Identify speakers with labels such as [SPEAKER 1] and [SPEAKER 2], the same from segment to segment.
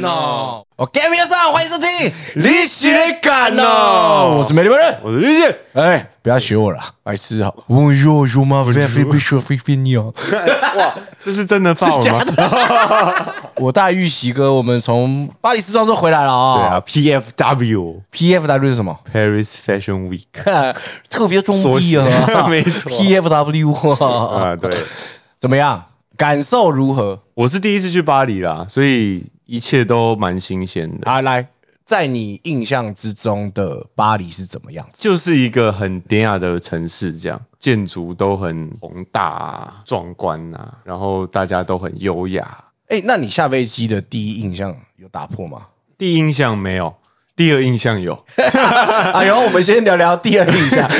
[SPEAKER 1] 哦
[SPEAKER 2] OK，皆さん欢迎收哦听《
[SPEAKER 1] 你写的敢
[SPEAKER 2] 哦，我
[SPEAKER 1] 哦！
[SPEAKER 2] 是美丽本人。
[SPEAKER 1] 我是绿箭，
[SPEAKER 2] 哎，不要学我了，白痴啊！我哟哟妈，非非非说非非你哦！
[SPEAKER 1] 哇，Oh, 这是真的发文吗？对
[SPEAKER 2] 我大玉玺哥，我们从巴黎时装周回来了啊。
[SPEAKER 1] 啊，PFW
[SPEAKER 2] PFW 是什么？
[SPEAKER 1] Paris Fashion Week
[SPEAKER 2] 特别中立啊，
[SPEAKER 1] 缩写 没错
[SPEAKER 2] PFW 啊
[SPEAKER 1] 啊，对，
[SPEAKER 2] 怎么样？感受如何？
[SPEAKER 1] 我是第一次去巴黎啦，所以一切都蛮新鲜的，
[SPEAKER 2] 啊，来，在你印象之中的巴黎是怎么样子？
[SPEAKER 1] 就是一个很典雅的城市，这样建筑都很宏大、啊、壮观啊，然后大家都很优雅。
[SPEAKER 2] 哎，那你下飞机的第一印象有打破 吗？
[SPEAKER 1] 第一印象没有，第二印象有，
[SPEAKER 2] 啊，然后我们先聊聊第二印象，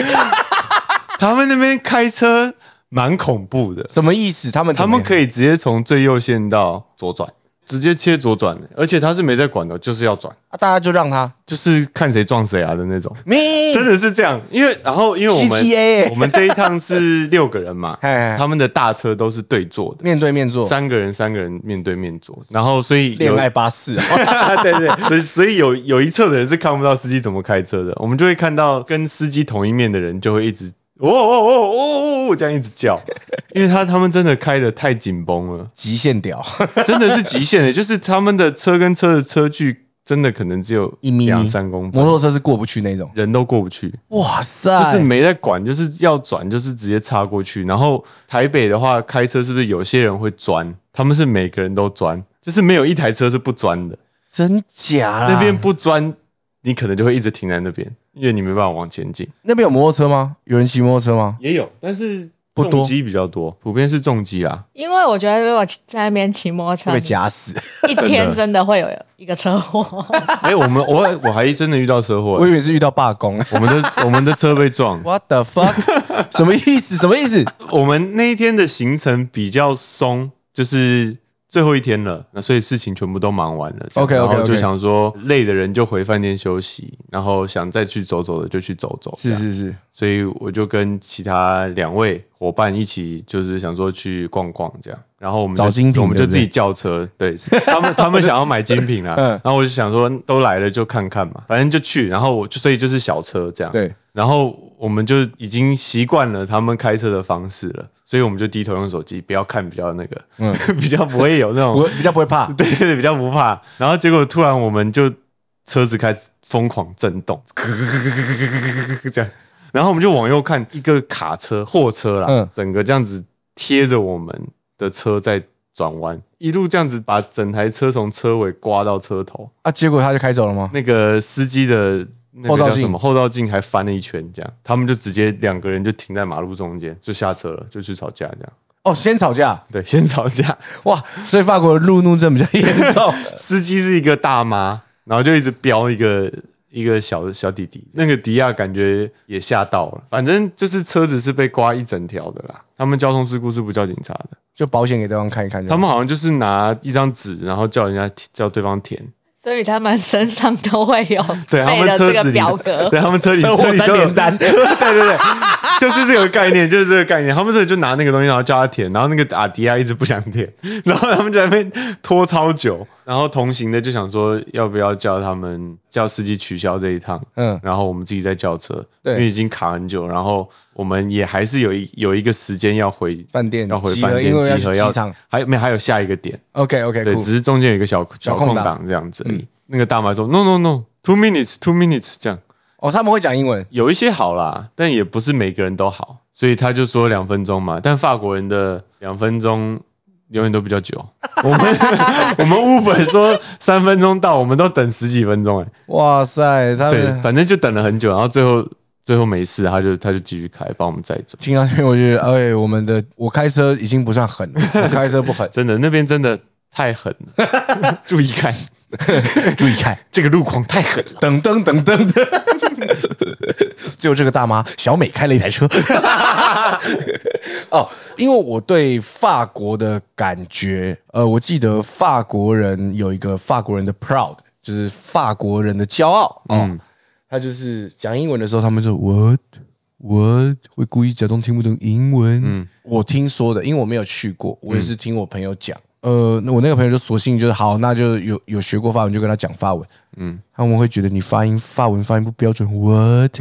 [SPEAKER 1] 他们那边开车蛮恐怖的，
[SPEAKER 2] 什么意思？他们
[SPEAKER 1] 他们可
[SPEAKER 2] 以
[SPEAKER 1] 以直接从最右线到左转，直接切左转，而且他是没在管的，就是要转，
[SPEAKER 2] 啊，大家就让他
[SPEAKER 1] 就是看谁撞谁啊的那种。
[SPEAKER 2] 你
[SPEAKER 1] 真的是这样，因为然后因为我们
[SPEAKER 2] 哎 GTA
[SPEAKER 1] 我们这一趟是六个人嘛，
[SPEAKER 2] 嘿 嘿嘿
[SPEAKER 1] 他们的大车都是对坐的，
[SPEAKER 2] 面对面坐
[SPEAKER 1] 三个人三个人面对面坐，然后所以
[SPEAKER 2] 恋
[SPEAKER 1] 有
[SPEAKER 2] 爱巴士啊，
[SPEAKER 1] 对对，所以所以有有一侧的人是看不到司机怎么开车的，我们就会看到跟司机同一面的人就会一直哦哦哦哦哦这样一直 叫，因为他他们真的开的太紧绷了，
[SPEAKER 2] 极限 屌，
[SPEAKER 1] 真的是极限的，就是他们的车跟车的车距真的可能只有
[SPEAKER 2] 一米
[SPEAKER 1] 两三公
[SPEAKER 2] 摩
[SPEAKER 1] 分，
[SPEAKER 2] 托车是过不去那种。
[SPEAKER 1] 人都过不去，
[SPEAKER 2] 哇塞，
[SPEAKER 1] 就是没在管，就是要转就是直接插过去。然后台北的话，开车是不是有些人会钻？他们是每个人都钻，就是没有一台车是不钻的。
[SPEAKER 2] 真假啦？
[SPEAKER 1] 那边不钻，你可能就会一直停在那边，因为你没办法往前进。
[SPEAKER 2] 那边有摩托车吗？有人骑摩托车吗？
[SPEAKER 1] 也有，但是
[SPEAKER 2] 不多
[SPEAKER 1] 重机比较多，普遍是重机啊 啦。
[SPEAKER 3] 因为我觉得如果在那边骑摩
[SPEAKER 2] 会
[SPEAKER 3] 托
[SPEAKER 2] 被
[SPEAKER 3] 车，
[SPEAKER 2] 夹 死。
[SPEAKER 3] 一天真的会有一个车祸。
[SPEAKER 1] 哎、我们我我还真的遇到 车祸
[SPEAKER 2] 我以，为是遇到罢工。
[SPEAKER 1] 我们的我们的车被 撞。
[SPEAKER 2] What the fuck？什 么意思？什么意思？
[SPEAKER 1] 我们那一天的行程比较松，就是最后一天了，那所以事情全部都忙完了。这样
[SPEAKER 2] OK，OK，OK
[SPEAKER 1] 然后就想说累的人就回饭店休息，然后想再去走走的就去走走。
[SPEAKER 2] 是
[SPEAKER 1] 这样，
[SPEAKER 2] 是是，
[SPEAKER 1] 所以我就跟其他两位伙伴一起，就是想说去逛逛这样。然后我们就
[SPEAKER 2] 找精品
[SPEAKER 1] 我们就
[SPEAKER 2] 对不
[SPEAKER 1] 自
[SPEAKER 2] 对嗯
[SPEAKER 1] 己叫车。对他 们，他们想要买精品啦。然后我就想说，都来了就看看嘛，反正就去。然后我就所以就是小车这样。
[SPEAKER 2] 对，
[SPEAKER 1] 然后我们就已经习惯了他们开车的方式了，所以我们就低头用手机，不要看比较那个， 比较不会有那
[SPEAKER 2] 嗯不
[SPEAKER 1] 种，。
[SPEAKER 2] 会比较不会怕
[SPEAKER 1] 对对对，比较不怕。然后结果突然我们就车子开始疯狂震动， 这样，然后我们就往右看，一个卡车货车啦，
[SPEAKER 2] 嗯
[SPEAKER 1] 整个这样子贴着我们的车在转弯，一路这样子把整台车从车尾刮到车头，
[SPEAKER 2] 啊，结果他就开走了吗？
[SPEAKER 1] 那个司机的那
[SPEAKER 2] 后
[SPEAKER 1] 个
[SPEAKER 2] 照
[SPEAKER 1] 叫
[SPEAKER 2] 镜
[SPEAKER 1] 什么后照镜还翻了一圈，这样他们就直接两个人就停在马路中间，就下车了，就去吵架这样。
[SPEAKER 2] 哦，先吵架
[SPEAKER 1] 对，先吵架，
[SPEAKER 2] 哇！所以法国的路怒症比较严 重。
[SPEAKER 1] 司机是一个大妈，然后就一直飙一个一个小小弟弟，那个迪亚感觉也吓到了，反正就是车子是被刮一整条的啦。他们交通事故是不叫警察的，
[SPEAKER 2] 就保险给对方看一看就好。
[SPEAKER 1] 他们好像就是拿一张纸，然后叫人家叫对方填，
[SPEAKER 3] 所以他们身上都会有
[SPEAKER 1] 对他
[SPEAKER 3] 备
[SPEAKER 1] 们
[SPEAKER 3] 了
[SPEAKER 1] 车子
[SPEAKER 3] 这个
[SPEAKER 1] 里
[SPEAKER 3] 表 格，
[SPEAKER 1] 对他们车里
[SPEAKER 2] 车祸
[SPEAKER 1] 车里
[SPEAKER 2] 三
[SPEAKER 1] 都有
[SPEAKER 2] 连单
[SPEAKER 1] 对对对，就是这个概念，就是这个概念。他们这里就拿那个东西，然后叫他填，然后那个阿迪亚一直不想填，然后他们就在那边拖超久，然后同行的就想说要不要叫他们叫司机取消这一趟，
[SPEAKER 2] 嗯
[SPEAKER 1] 然后我们自己再叫车，
[SPEAKER 2] 对
[SPEAKER 1] 因为已经卡很久，然后我们也还是有一有一个时间要回
[SPEAKER 2] 饭店
[SPEAKER 1] 要回
[SPEAKER 2] 集合
[SPEAKER 1] 饭店
[SPEAKER 2] 因为要
[SPEAKER 1] 集合
[SPEAKER 2] 去
[SPEAKER 1] 要
[SPEAKER 2] 机场
[SPEAKER 1] 还没还有下一个点，
[SPEAKER 2] OK OK，
[SPEAKER 1] 对，
[SPEAKER 2] 酷
[SPEAKER 1] 只是中间有一个小小
[SPEAKER 2] 空
[SPEAKER 1] 空
[SPEAKER 2] 档
[SPEAKER 1] 档这嗯样子而已。那个大妈说：“No No No，two minutes，two minutes。”这样
[SPEAKER 2] 哦，他们会讲英文
[SPEAKER 1] 有一些好啦，但也不是每个人都好，所以他就说两分钟嘛。但法国人的两分钟永远都比较 久。我们我们 Uber 说三分钟到，我们都等十几分钟哎、
[SPEAKER 2] 哇塞，他
[SPEAKER 1] 对，
[SPEAKER 2] 们
[SPEAKER 1] 反正就等了很久，然后最后最后没事，他就他就继续开，帮我们载走。，
[SPEAKER 2] 听到这边我就觉得，哎，我们的我开车已经不算狠了，我开车不狠
[SPEAKER 1] 真的，那边真的太狠了， 注意看，
[SPEAKER 2] 注意看，
[SPEAKER 1] 这个路况太狠了。
[SPEAKER 2] 噔噔噔噔噔。 最后这个大妈小美开了一台车， 哦，因为我对法国的感觉，呃，我记得法国人有一个法国人的 proud，就是法国人的骄傲，哦、他就是讲英文的时候，他们说 what what 会
[SPEAKER 1] 嗯
[SPEAKER 2] 故意假装听不懂英文。嗯，我听说的，因为我没有去过，我也是听我朋友讲。呃，那我那个朋友就索性就是好，那就有有学过法文就跟他讲法文，嗯，他们会觉得你发音法文发音不标准，what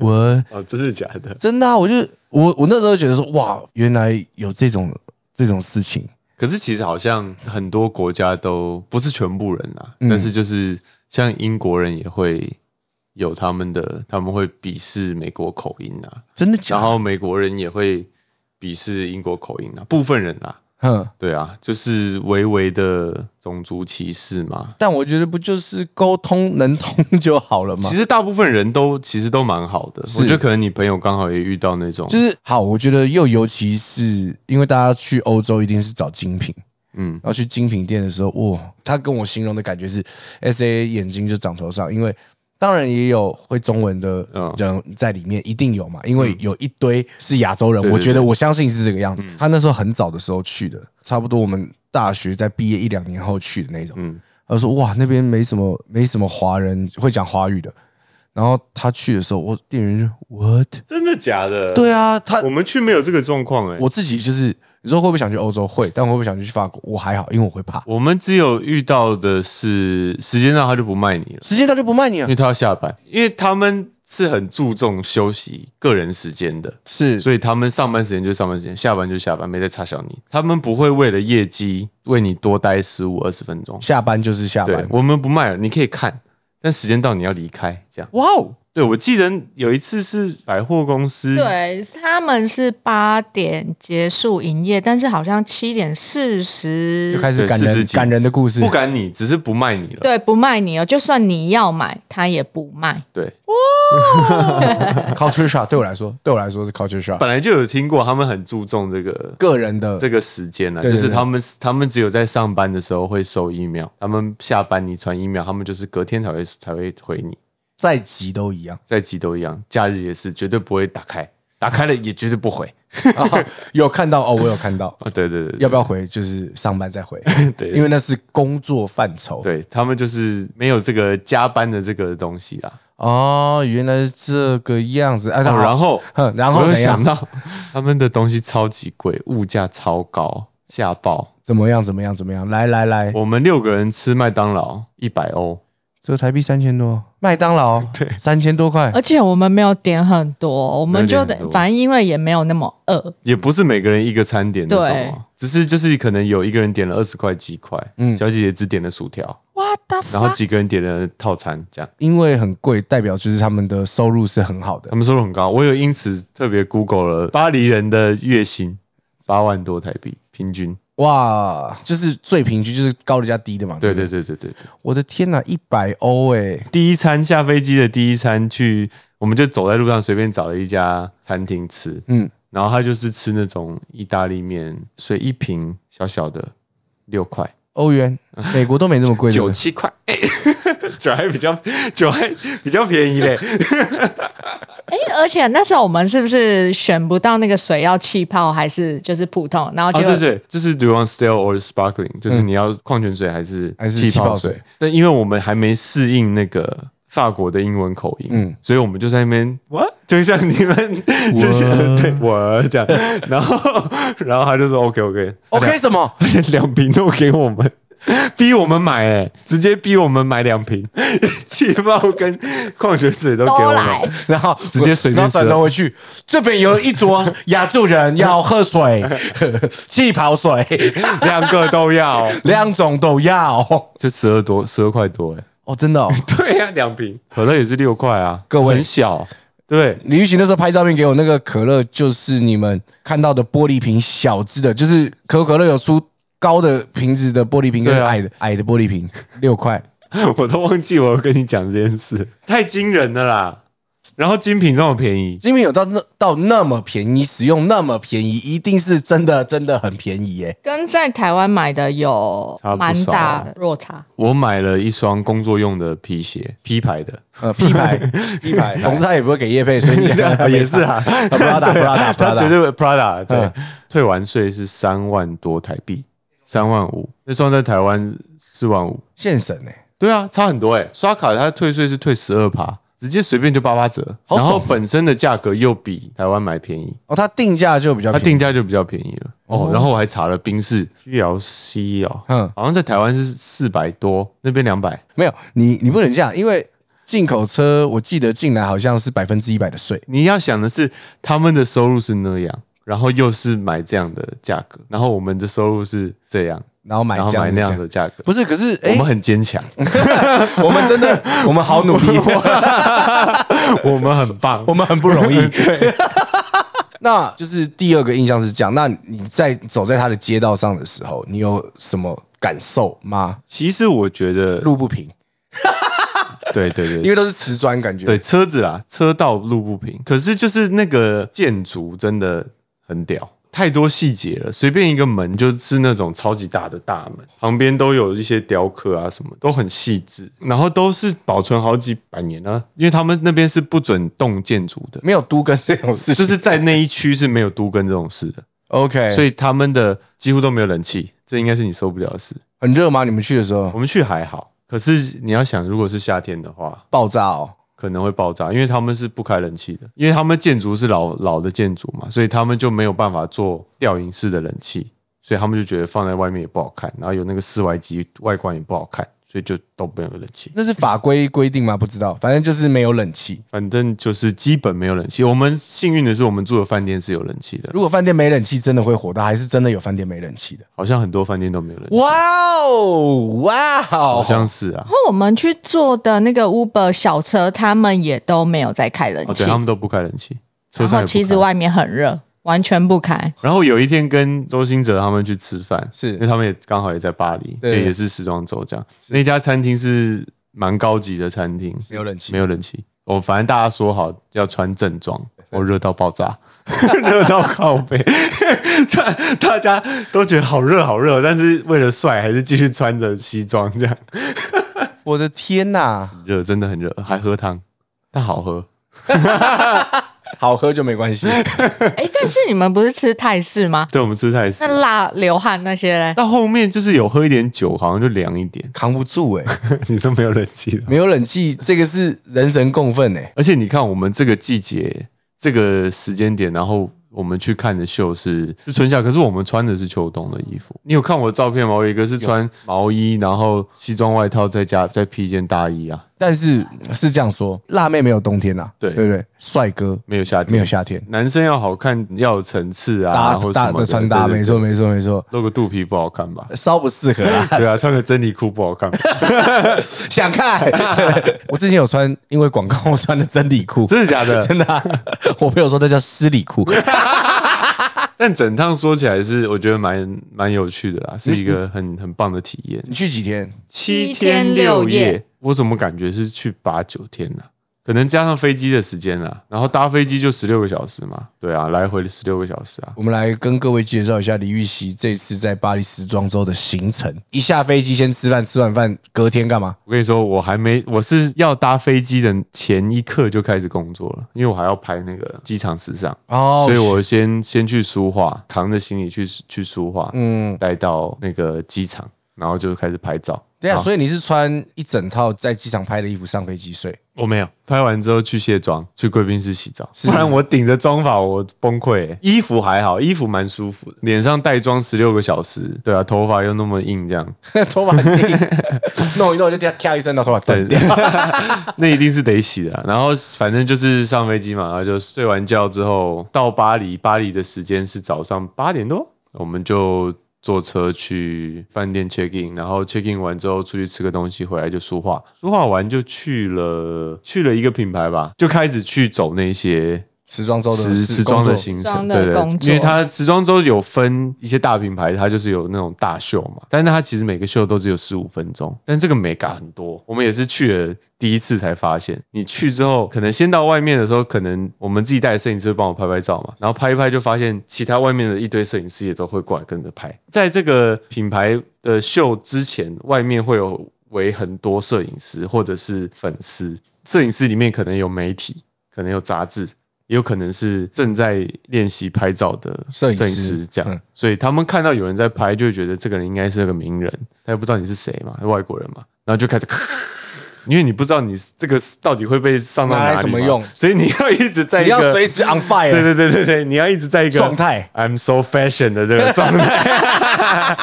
[SPEAKER 2] what
[SPEAKER 1] 哦，真的假的？
[SPEAKER 2] 真的啊，我就我我那时候觉得说哇，原来有这种这种事情，
[SPEAKER 1] 可是其实好像很多国家都不是全部人啊，
[SPEAKER 2] 嗯
[SPEAKER 1] 但是就是像英国人也会有他们的，他们会鄙视美国口音啊，
[SPEAKER 2] 真的假
[SPEAKER 1] 然
[SPEAKER 2] 的？
[SPEAKER 1] 后美国人也会鄙视英国口音啊，部分人啊，
[SPEAKER 2] 哼，
[SPEAKER 1] 对啊，就是微微的种族歧视嘛。
[SPEAKER 2] 但我觉得不就是沟通能通就好了嘛
[SPEAKER 1] 其。实大部分人都其实都蛮好的，我觉得可能你朋友刚好也遇到那种，
[SPEAKER 2] 就是好，我觉得又尤其是因为大家去欧洲一定是找精品，
[SPEAKER 1] 嗯
[SPEAKER 2] 然后去精品店的时候，哇，他跟我形容的感觉是，S A 眼睛就长头上，因为当然也有会中文的
[SPEAKER 1] 嗯
[SPEAKER 2] 人在里面，一定有嘛，因为有一堆是亚洲人，
[SPEAKER 1] 对对
[SPEAKER 2] 我觉得我相信是这个样子。他那时候很早的时候去的，差不多我们大学在毕业一两年后去的那种。
[SPEAKER 1] 嗯
[SPEAKER 2] 他说哇，那边没什么没什么华人会讲华语的。然后他去的时候，我店员就 what？
[SPEAKER 1] 真的假的？
[SPEAKER 2] 对啊，他
[SPEAKER 1] 我们去没有这个状况哎、
[SPEAKER 2] 我自己就是，你说会不会想去欧洲？会，但我会不会想去法国？我还好，因为我会怕。
[SPEAKER 1] 我们只有遇到的是时间到他就不卖你了，
[SPEAKER 2] 时间到就不卖你
[SPEAKER 1] 因
[SPEAKER 2] 了，
[SPEAKER 1] 为他要下班，因为他们是很注重休息个人时间的，
[SPEAKER 2] 是
[SPEAKER 1] 所以他们上班时间就上班时间，下班就下班，没在差小你。他们不会为了业绩为你多待十五二十分钟。
[SPEAKER 2] 下班就是下
[SPEAKER 1] 对
[SPEAKER 2] 班，。
[SPEAKER 1] 我们不卖了，你可以看，但时间到你要离开，这样。
[SPEAKER 2] 哇哦，
[SPEAKER 1] 对，我记得有一次是百货公司，
[SPEAKER 3] 对，他们是八点结束营业，但是好像七点四十
[SPEAKER 2] 就开始
[SPEAKER 1] 对
[SPEAKER 2] 感
[SPEAKER 1] 四十
[SPEAKER 2] 人
[SPEAKER 1] 集
[SPEAKER 2] 感人的故事，
[SPEAKER 1] 不赶你，只是不卖你了。
[SPEAKER 3] 对不卖你哦，就算你要买，他也不卖。
[SPEAKER 1] 对，
[SPEAKER 2] culture shock 对我来说，对我来说是 culture shock，
[SPEAKER 1] 本来就有听过，他们很注重这个
[SPEAKER 2] 个人的
[SPEAKER 1] 这个时间呢、啊，
[SPEAKER 2] 对
[SPEAKER 1] 就
[SPEAKER 2] 对
[SPEAKER 1] 是
[SPEAKER 2] 对
[SPEAKER 1] 他们他们只有在上班的时候会收 email，他们下班你传 email，他们就是隔天才会才会回你，
[SPEAKER 2] 在急都一样，
[SPEAKER 1] 在集都一样，假日也是绝对不会打开，打开了也绝对不回
[SPEAKER 2] 啊有看到哦，我有看到，
[SPEAKER 1] 啊！对对对，
[SPEAKER 2] 要不
[SPEAKER 1] 要？
[SPEAKER 2] 要回？就是上班再回，
[SPEAKER 1] 对
[SPEAKER 2] 因为那是工作范畴。
[SPEAKER 1] 对他们就是没有这个加班的这个东西啦。
[SPEAKER 2] 哦，原来是这个样子。哎，
[SPEAKER 1] 哦 然后
[SPEAKER 2] 哼然后
[SPEAKER 1] 我又
[SPEAKER 2] 怎样
[SPEAKER 1] 想？到他们的东西超级贵，物价超高，吓爆！
[SPEAKER 2] 怎么样？怎么样？怎么样？来来来，
[SPEAKER 1] 我们六个人吃麦当劳一百欧，
[SPEAKER 2] 折台币三千多，麦当 劳三千多块，
[SPEAKER 3] 而且我们没有点很多，我们就
[SPEAKER 1] 没有点很多
[SPEAKER 3] 得反正因为也没有那么饿，
[SPEAKER 1] 也不是每个人一个餐点那种、
[SPEAKER 3] 对
[SPEAKER 1] 啊，只是就是可能有一个人点了二十块鸡块，
[SPEAKER 2] 嗯
[SPEAKER 1] 小姐姐只点了薯条，
[SPEAKER 2] What the
[SPEAKER 1] 然后几个人点了套餐，这样
[SPEAKER 2] 因为很贵，代表就是他们的收入是很好的
[SPEAKER 1] 他。们收入很高。我有因此特别 Google 了巴黎人的月薪八万多台币平均，
[SPEAKER 2] 哇，就是最平均，就是高的加低的嘛。
[SPEAKER 1] 对
[SPEAKER 2] 不
[SPEAKER 1] 对对对对，对
[SPEAKER 2] 我的天哪，一百欧哎！
[SPEAKER 1] 第一餐下飞机的第一餐去，我们就走在路上随便找了一家餐厅吃，
[SPEAKER 2] 嗯，
[SPEAKER 1] 然后他就是吃那种意大利面，所以一瓶小小的六块。
[SPEAKER 2] 欧元，美国都没这么贵的。
[SPEAKER 1] 九七块，哎 酒还比较酒还比较便宜嘞，
[SPEAKER 3] 哎，而且那时候我们是不是选不到那个水要气泡还是就是普通？然后
[SPEAKER 1] 啊，
[SPEAKER 3] 就、
[SPEAKER 1] 对对，这是 Do you want still or sparkling？就是你要矿泉水还是
[SPEAKER 2] 还是
[SPEAKER 1] 气
[SPEAKER 2] 气泡
[SPEAKER 1] 泡
[SPEAKER 2] 水
[SPEAKER 1] 水？但因为我们还没适应那个法国的英文口音，嗯
[SPEAKER 2] 嗯，
[SPEAKER 1] 所以我们就在那边 what，就像你们就是对我 这样，然后然后他就说 OK OK，
[SPEAKER 2] OK 什么？
[SPEAKER 1] 两瓶都给我们。逼我们买、欸，直接逼我们买两瓶 气泡跟矿泉水都给
[SPEAKER 3] 都
[SPEAKER 1] 我
[SPEAKER 3] 来
[SPEAKER 1] 们，，
[SPEAKER 2] 然后
[SPEAKER 1] 直接随便
[SPEAKER 2] 然后转
[SPEAKER 1] 吃
[SPEAKER 2] 头回去，这边有一桌亚洲人要喝水， 气泡水
[SPEAKER 1] 两个都要，
[SPEAKER 2] 两种都要。
[SPEAKER 1] 这十二多十二块多哎、
[SPEAKER 2] 哦，真的、哦，
[SPEAKER 1] 对呀、两瓶可乐也是六块啊，
[SPEAKER 2] 各位
[SPEAKER 1] 很小，对，
[SPEAKER 2] 李玉琴那时候拍照片给我，那个可乐就是你们看到的玻璃瓶小只的，就是可口可乐有出高的瓶子的玻璃瓶
[SPEAKER 1] 对
[SPEAKER 2] 跟
[SPEAKER 1] 啊
[SPEAKER 2] 矮的、矮的玻璃瓶， 六块。
[SPEAKER 1] 我都忘记我有跟你讲这件事，太惊人了啦。然后精品这么便宜，
[SPEAKER 2] 因为有到那到那么便宜，你使用那么便宜，一定是真的真的很便宜耶。
[SPEAKER 3] 跟在台湾买的有
[SPEAKER 1] 差不
[SPEAKER 3] 蛮
[SPEAKER 1] 少啊
[SPEAKER 3] 大落差。
[SPEAKER 1] 我买了一双工作用的皮鞋，P 牌的，
[SPEAKER 2] 呃，P 牌 P 牌，同志他也不会给叶配，所以 你
[SPEAKER 1] 也 是啊
[SPEAKER 2] ，Prada
[SPEAKER 1] 对
[SPEAKER 2] Prada
[SPEAKER 1] 它绝
[SPEAKER 2] Prada，
[SPEAKER 1] 对 Prada，对，嗯退完税是三万多台币，三万五，那双在台湾四万五，
[SPEAKER 2] 现省哎，
[SPEAKER 1] 欸对啊，差很多哎、刷卡它退税是退十二趴，直接随便就八八折，
[SPEAKER 2] 好
[SPEAKER 1] 然
[SPEAKER 2] 爽
[SPEAKER 1] 后本身的价格又比台湾买便宜，
[SPEAKER 2] 哦，它定价就比较
[SPEAKER 1] 它
[SPEAKER 2] 便宜
[SPEAKER 1] 定价就比较便宜了。哦，然后我还查了宾士 GLC 哦，
[SPEAKER 2] 嗯
[SPEAKER 1] 好像在台湾是四百多，那边两百。
[SPEAKER 2] 没有你你不能这样，因为进口车我记得进来好像是百分之一百的税，
[SPEAKER 1] 你要想的是，他们的收入是那样，然后又是买这样的价格，然后我们的收入是这样，
[SPEAKER 2] 然后买
[SPEAKER 1] 然后
[SPEAKER 2] 这样
[SPEAKER 1] 买
[SPEAKER 2] 的
[SPEAKER 1] 那
[SPEAKER 2] 价
[SPEAKER 1] 样
[SPEAKER 2] 格
[SPEAKER 1] 的价格。
[SPEAKER 2] 不是，可是哎
[SPEAKER 1] 我们，很坚 强，
[SPEAKER 2] 我们真的我们好努力，
[SPEAKER 1] 我们很棒。
[SPEAKER 2] 我们很不 容易。那就是第二个印象是这样。那你在走在他的街道上的时候，你有什么感受吗？
[SPEAKER 1] 其实我觉得，
[SPEAKER 2] 路不平，
[SPEAKER 1] 对对对，
[SPEAKER 2] 因为都是瓷砖，感觉
[SPEAKER 1] 对，车子啦，车道路不平，可是就是那个建筑真的很屌，太多细节了。随便一个门就是那种超级大的大门，旁边都有一些雕刻啊什么，都很细致，然后都是保存好几百年啊，因为他们那边是不准动建筑的。
[SPEAKER 2] 没有都跟这种事情。
[SPEAKER 1] 就是在那一区是没有都跟这种事的，
[SPEAKER 2] OK，
[SPEAKER 1] 所
[SPEAKER 2] 所以
[SPEAKER 1] 以他们的几乎都没有冷气，这应该是你受不了的事。
[SPEAKER 2] 很热吗？你们去的时
[SPEAKER 1] 我
[SPEAKER 2] 候
[SPEAKER 1] 们去还好，可是你要想，如果是夏天的话，
[SPEAKER 2] 爆炸哦。
[SPEAKER 1] 可能会爆炸，因为他们是不开冷气的，因为他们建筑是老老的建筑嘛，所以他们就没有办法做吊银式的冷气，所以他们就觉得放在外面也不好看，然后有那个室外机外观也不好看，所以就都没有冷气。
[SPEAKER 2] 那是法规规定吗？不知道，反正就是没有冷气。
[SPEAKER 1] 反正就是基本没有冷气。我们幸运的是，我们住的饭店是有冷气的，
[SPEAKER 2] 如果饭店没冷气，真的会火大，还是真的有饭店没冷气的？
[SPEAKER 1] 好像很多饭店都没有冷气，
[SPEAKER 2] 哇哦，哇
[SPEAKER 1] 好
[SPEAKER 2] 哦，
[SPEAKER 1] 像是啊。
[SPEAKER 3] 那我们去坐的那个 Uber 小车，他们也都没有在开冷
[SPEAKER 1] 哦，
[SPEAKER 3] 气，
[SPEAKER 1] 对他们都不开冷气，车
[SPEAKER 3] 然
[SPEAKER 1] 上也
[SPEAKER 3] 后
[SPEAKER 1] 不
[SPEAKER 3] 其实
[SPEAKER 1] 开
[SPEAKER 3] 外面很热，完全不开。
[SPEAKER 1] 然后有一天跟周星哲他们去吃饭，
[SPEAKER 2] 是
[SPEAKER 1] 因为他们也刚好也在巴黎，就
[SPEAKER 2] 对
[SPEAKER 1] 也是时装周这样。那家餐厅是蛮高级的餐厅，
[SPEAKER 2] 没有冷气
[SPEAKER 1] 没有冷气。我反正大家说好要穿正装，我热到爆炸， 热到靠背， 大大家都觉得好热好热，但是为了帅还是继续穿着西装这样，
[SPEAKER 2] 我的天哪、
[SPEAKER 1] 热真的很热，还喝汤，但好喝。
[SPEAKER 2] 好喝就没关系。
[SPEAKER 3] 哎，但是你们不是吃泰式吗？
[SPEAKER 1] 对我们吃泰式
[SPEAKER 3] 那，辣流汗那 些嘞？
[SPEAKER 1] 到后面就是有喝一点酒，好像就凉一 点。
[SPEAKER 2] 扛不住哎、
[SPEAKER 1] 你说没有冷气的。
[SPEAKER 2] 没有冷气，这个是人神共愤哎、
[SPEAKER 1] 而且你看，我们这个季节、这个时间点，然后我们去看的秀是是春夏，可是我们穿的是秋冬的衣服。你有看我的照片吗？我有一个是穿毛衣，然后西装外套，再加再披一件大衣啊，
[SPEAKER 2] 但是是这样说，辣妹没有冬天呐、啊，
[SPEAKER 1] 对
[SPEAKER 2] 对不对？帅哥
[SPEAKER 1] 没有夏天，
[SPEAKER 2] 没有夏天，
[SPEAKER 1] 男生要好看，要有层次啊，
[SPEAKER 2] 搭
[SPEAKER 1] 然后什
[SPEAKER 2] 搭
[SPEAKER 1] 么的
[SPEAKER 2] 的穿搭，
[SPEAKER 1] 对对
[SPEAKER 2] 没错没错没错，？
[SPEAKER 1] 露个肚皮不好看吧。
[SPEAKER 2] 稍不适合啦
[SPEAKER 1] 对啊，穿个真理裤不好看吧，
[SPEAKER 2] 想看，我之前有穿，因为广告我穿的真理裤，
[SPEAKER 1] 真的假 的？
[SPEAKER 2] 真的、啊，我朋友说那叫湿里裤。
[SPEAKER 1] 但整趟说起来是，我觉得蛮蛮有趣的啦，是一个很很棒的体验。
[SPEAKER 2] 你去几天？
[SPEAKER 1] 七
[SPEAKER 3] 天
[SPEAKER 1] 天
[SPEAKER 3] 六
[SPEAKER 1] 六
[SPEAKER 3] 夜
[SPEAKER 1] 夜，我怎么感觉是去八九天呢、可能加上飞机的时间啦、然后搭飞机就十六个小时嘛，对啊，来回十六个小时啊，
[SPEAKER 2] 我们来跟各位介绍一下李玉玺这次在巴黎时装周的行程。一下飞机先吃饭，吃完饭隔天干嘛？
[SPEAKER 1] 我跟你说，我还没，我是要搭飞机的前一刻就开始工作了，因为我还要拍那个机场时尚，
[SPEAKER 2] 哦
[SPEAKER 1] 所以我先先去书画，扛着行李去去书画，嗯，带到那个机场，然后就开始拍照。
[SPEAKER 2] 对啊，所以你是穿一整套在机场拍的衣服上飞机睡？
[SPEAKER 1] 我没有拍完之后去卸妆，去贵宾室洗澡，
[SPEAKER 2] 是
[SPEAKER 1] 不然我顶着妆发我崩溃、欸衣服还好，衣服蛮舒服的，脸上带妆十六个小时，对啊，头发又那么硬，这 样，
[SPEAKER 2] 头发很 硬弄一弄就掉咔一声，然后头发断掉。
[SPEAKER 1] 那一定是得洗的啦。啊然后反正就是上飞机嘛，然后就睡完觉之后到巴黎，巴黎的时间是早上八点多，我们就坐车去饭店 check in，然后 check in 完之后出去吃个东西，回来就梳化，梳化完就去了去了一个品牌吧，就开始去走那些
[SPEAKER 2] 时装周的
[SPEAKER 1] 时
[SPEAKER 2] 事
[SPEAKER 1] 时装的
[SPEAKER 2] 工作
[SPEAKER 1] 行
[SPEAKER 3] 时装
[SPEAKER 1] 程，
[SPEAKER 3] 的
[SPEAKER 1] 对
[SPEAKER 3] 工
[SPEAKER 1] 对，
[SPEAKER 3] 作
[SPEAKER 1] 因为它时装周有分一些大品牌，它就是有那种大秀嘛，但是它其实每个秀都只有十五分钟，但这个美感很多。我们也是去了第一次才发现，你去之后，可能先到外面的时候，可能我们自己带的摄影师会帮我拍拍照嘛，然后拍一拍就发现其他外面的一堆摄影师也都会过来跟着拍。在这个品牌的秀之前，外面会有为很多摄影师或者是粉丝，摄影师里面可能有媒体，可能有杂志，也有可能是正在练习拍照的
[SPEAKER 2] 摄
[SPEAKER 1] 摄
[SPEAKER 2] 影
[SPEAKER 1] 影
[SPEAKER 2] 师
[SPEAKER 1] 师这样，
[SPEAKER 2] 嗯
[SPEAKER 1] 所以他们看到有人在拍，就会觉得这个人应该是个名人，他也不知道你是谁嘛，外国人嘛，然后就开始。因为你不知道你这个到底会被上到
[SPEAKER 2] 拿来
[SPEAKER 1] 哪里
[SPEAKER 2] 怎么
[SPEAKER 1] 嘛
[SPEAKER 2] 用
[SPEAKER 1] 所以你要一直在一
[SPEAKER 2] 你要
[SPEAKER 1] 个
[SPEAKER 2] 随时 on
[SPEAKER 1] 对
[SPEAKER 2] fire，
[SPEAKER 1] 对对对对，你要一直在一个
[SPEAKER 2] 状态
[SPEAKER 1] ，I'm so fashion 的这个状态。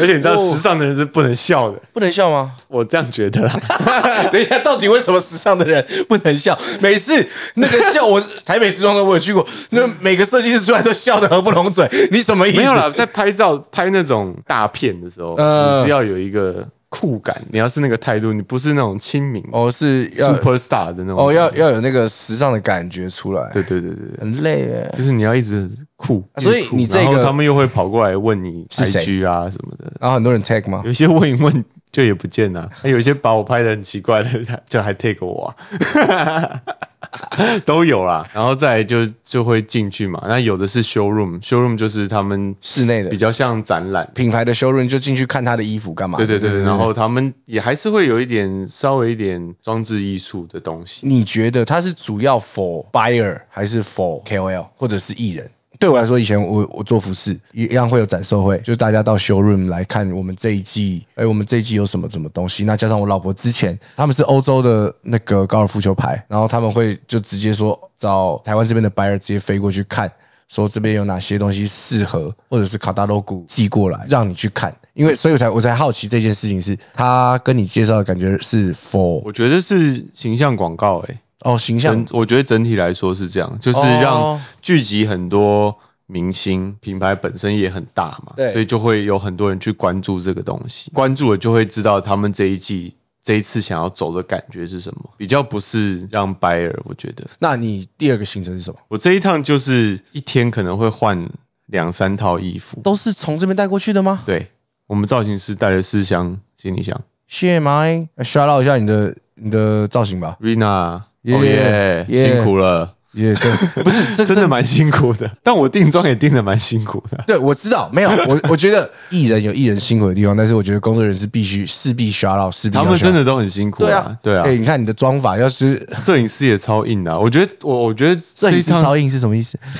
[SPEAKER 1] 而且你知
[SPEAKER 2] 哦
[SPEAKER 1] 道，时尚的人是不能笑的，
[SPEAKER 2] 不能笑吗？
[SPEAKER 1] 我这样觉得啦。
[SPEAKER 2] 等一下，到底为什么时尚的人不能笑？每次那个笑，我台北时装周我也去过，那每个设计师出来都笑得合不拢嘴，你什么意思？
[SPEAKER 1] 没有啦，在拍照拍那种大片的时候，
[SPEAKER 2] 嗯
[SPEAKER 1] 你是要有一个酷感，你要是那个态度，你不是那种亲民、
[SPEAKER 2] 哦，是要
[SPEAKER 1] super star 的那种。
[SPEAKER 2] 哦，要要有那个时尚的感觉出来，
[SPEAKER 1] 对对对对对，
[SPEAKER 2] 很累耶。
[SPEAKER 1] 就是你要一直酷，
[SPEAKER 2] 啊所以
[SPEAKER 1] 一直酷
[SPEAKER 2] 你这
[SPEAKER 1] 然后
[SPEAKER 2] 个
[SPEAKER 1] 他们又会跑过来问你
[SPEAKER 2] 是谁
[SPEAKER 1] IG 啊什么的，
[SPEAKER 2] 然后很多人 tag 吗？
[SPEAKER 1] 有些问一问就也不见了、还有一些把我拍的很奇怪的，就还 take 我、啊， 都有啦。然后再来就就会进去嘛，那有的是 showroom，showroom 就是他们
[SPEAKER 2] 室内的
[SPEAKER 1] 比较像展览。
[SPEAKER 2] 品牌的 showroom 就进去看他的衣服干嘛？
[SPEAKER 1] 对对对对，然后他们也还是会有一点稍微一点装置艺术的东西。
[SPEAKER 2] 你觉得他是主要 for buyer 还是 for KOL 或者是艺人？对我来说，以前我我做服饰一样会有展售会，就大家到 showroom 来看我们这一季，哎，我们这一季有什么什么东西？那加上我老婆之前他们是欧洲的那个高尔夫球牌，然后他们会就直接说找台湾这边的 buyer 直接飞过去看，说这边有哪些东西适合，或者是卡达 logo 寄过来让你去看，因为所以我才我才好奇这件事情是他跟你介绍的感觉是 for
[SPEAKER 1] 我觉得是形象广告、欸，
[SPEAKER 2] 哦形象
[SPEAKER 1] 整我觉得整体来说是这样，就是让
[SPEAKER 2] 哦
[SPEAKER 1] 聚集很多明星，品牌本身也很大嘛，
[SPEAKER 2] 对
[SPEAKER 1] 所以就会有很多人去关注这个东西，关注了就会知道他们这一季。这一次想要走的感觉是什么？比较不是让 buyer，我觉得
[SPEAKER 2] 那你第二个行程是什么？
[SPEAKER 1] 我这一趟就是一天可能会换两三套衣服。
[SPEAKER 2] 都是从这边带过去的吗？
[SPEAKER 1] 对我们造型师带了四箱行李箱
[SPEAKER 2] 谢麦，刷呃到一下你的你的造型吧。
[SPEAKER 1] ，Rina，哦耶
[SPEAKER 2] 耶，耶
[SPEAKER 1] 辛苦了，
[SPEAKER 2] 也、对，不是这
[SPEAKER 1] 真的蛮辛苦的。 但我定妆也定的蛮辛苦 的。
[SPEAKER 2] 对，我知道，没有我， 我觉得艺人有艺人辛苦的地方，但是我觉得工作人员是必须势必刷到，势必
[SPEAKER 1] 他
[SPEAKER 2] 要
[SPEAKER 1] 们
[SPEAKER 2] shout
[SPEAKER 1] 真的都很辛苦
[SPEAKER 2] 对
[SPEAKER 1] 啊
[SPEAKER 2] 啊，，
[SPEAKER 1] 对啊
[SPEAKER 2] 哎、，你看你的妆法，要是
[SPEAKER 1] 摄影师也超硬的啊。我觉得，我我觉得
[SPEAKER 2] 这
[SPEAKER 1] 这
[SPEAKER 2] 里
[SPEAKER 1] 一
[SPEAKER 2] 是
[SPEAKER 1] 趟
[SPEAKER 2] 超，硬是什么意思？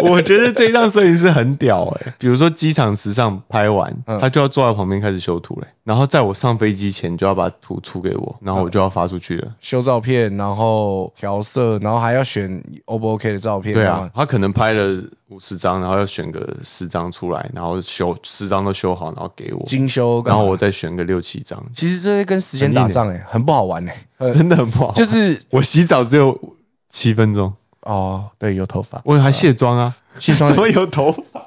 [SPEAKER 1] 我觉得这一趟摄影师很屌哎。比如说机场时尚拍完，
[SPEAKER 2] 嗯
[SPEAKER 1] 他就要坐在旁边开始修图嘞，然后在我上飞机前就要把图出给我，然后我就要发出去了。
[SPEAKER 2] 修照片，然后调色，然后还要选 O 不 OK 的照片，
[SPEAKER 1] 对
[SPEAKER 2] 然后
[SPEAKER 1] 啊，他可能拍了五十张，然后要选个十张出来，然后修十张都修好，然后给我，
[SPEAKER 2] 精修干
[SPEAKER 1] 然
[SPEAKER 2] 嘛。
[SPEAKER 1] 后我再选个六七张，
[SPEAKER 2] 其实这是跟时间打仗、哎，很不好玩哎、呃
[SPEAKER 1] 真的很不好。
[SPEAKER 2] 就是
[SPEAKER 1] 我洗澡只有七分钟，
[SPEAKER 2] 哦，对，有头发，
[SPEAKER 1] 我还卸妆啊，
[SPEAKER 2] 卸妆
[SPEAKER 1] 怎么有头发？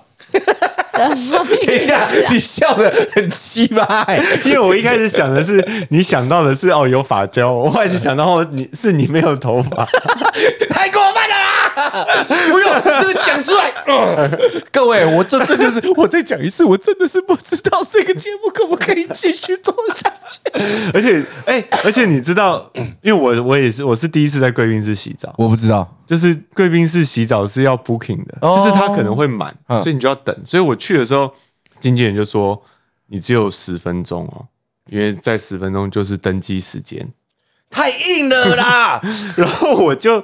[SPEAKER 2] 等一下， 你笑的很鸡巴、欸，
[SPEAKER 1] 因为我一开始想的是，你想到的是哦有发胶，我后来是想到哦你是你没有头发，
[SPEAKER 2] 太过分了啦！不用，这个讲出来。呃 各位，我这这就是我再讲一次，我真的是不知道这个节目可不可以继续做下去。
[SPEAKER 1] 而且哎、而且你知道，因为我我也是我是第一次在贵宾室洗澡，
[SPEAKER 2] 我不知道，
[SPEAKER 1] 就是贵宾室洗澡是要 booking 的，
[SPEAKER 2] 哦
[SPEAKER 1] 就是它可能会满，
[SPEAKER 2] 嗯
[SPEAKER 1] 所以你就要等。所以我去的时候，经纪人就说你只有十分钟哦，因为在十分钟就是登机时间。
[SPEAKER 2] 太硬了 啦！
[SPEAKER 1] 然后我就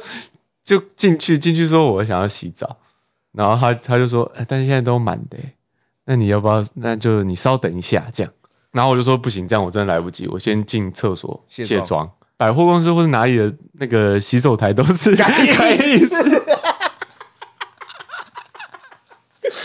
[SPEAKER 1] 就进去进去说我想要洗澡，然后他他就说，哎但是现在都满的耶，那你要不要？那就你稍等一下这样。然后我就说不行，这样我真的来不及，我先进厕所
[SPEAKER 2] 卸
[SPEAKER 1] 卸
[SPEAKER 2] 妆
[SPEAKER 1] 妆。百货公司或是哪里的那个洗手台都是
[SPEAKER 2] 干
[SPEAKER 1] 开
[SPEAKER 2] 意
[SPEAKER 1] 意思。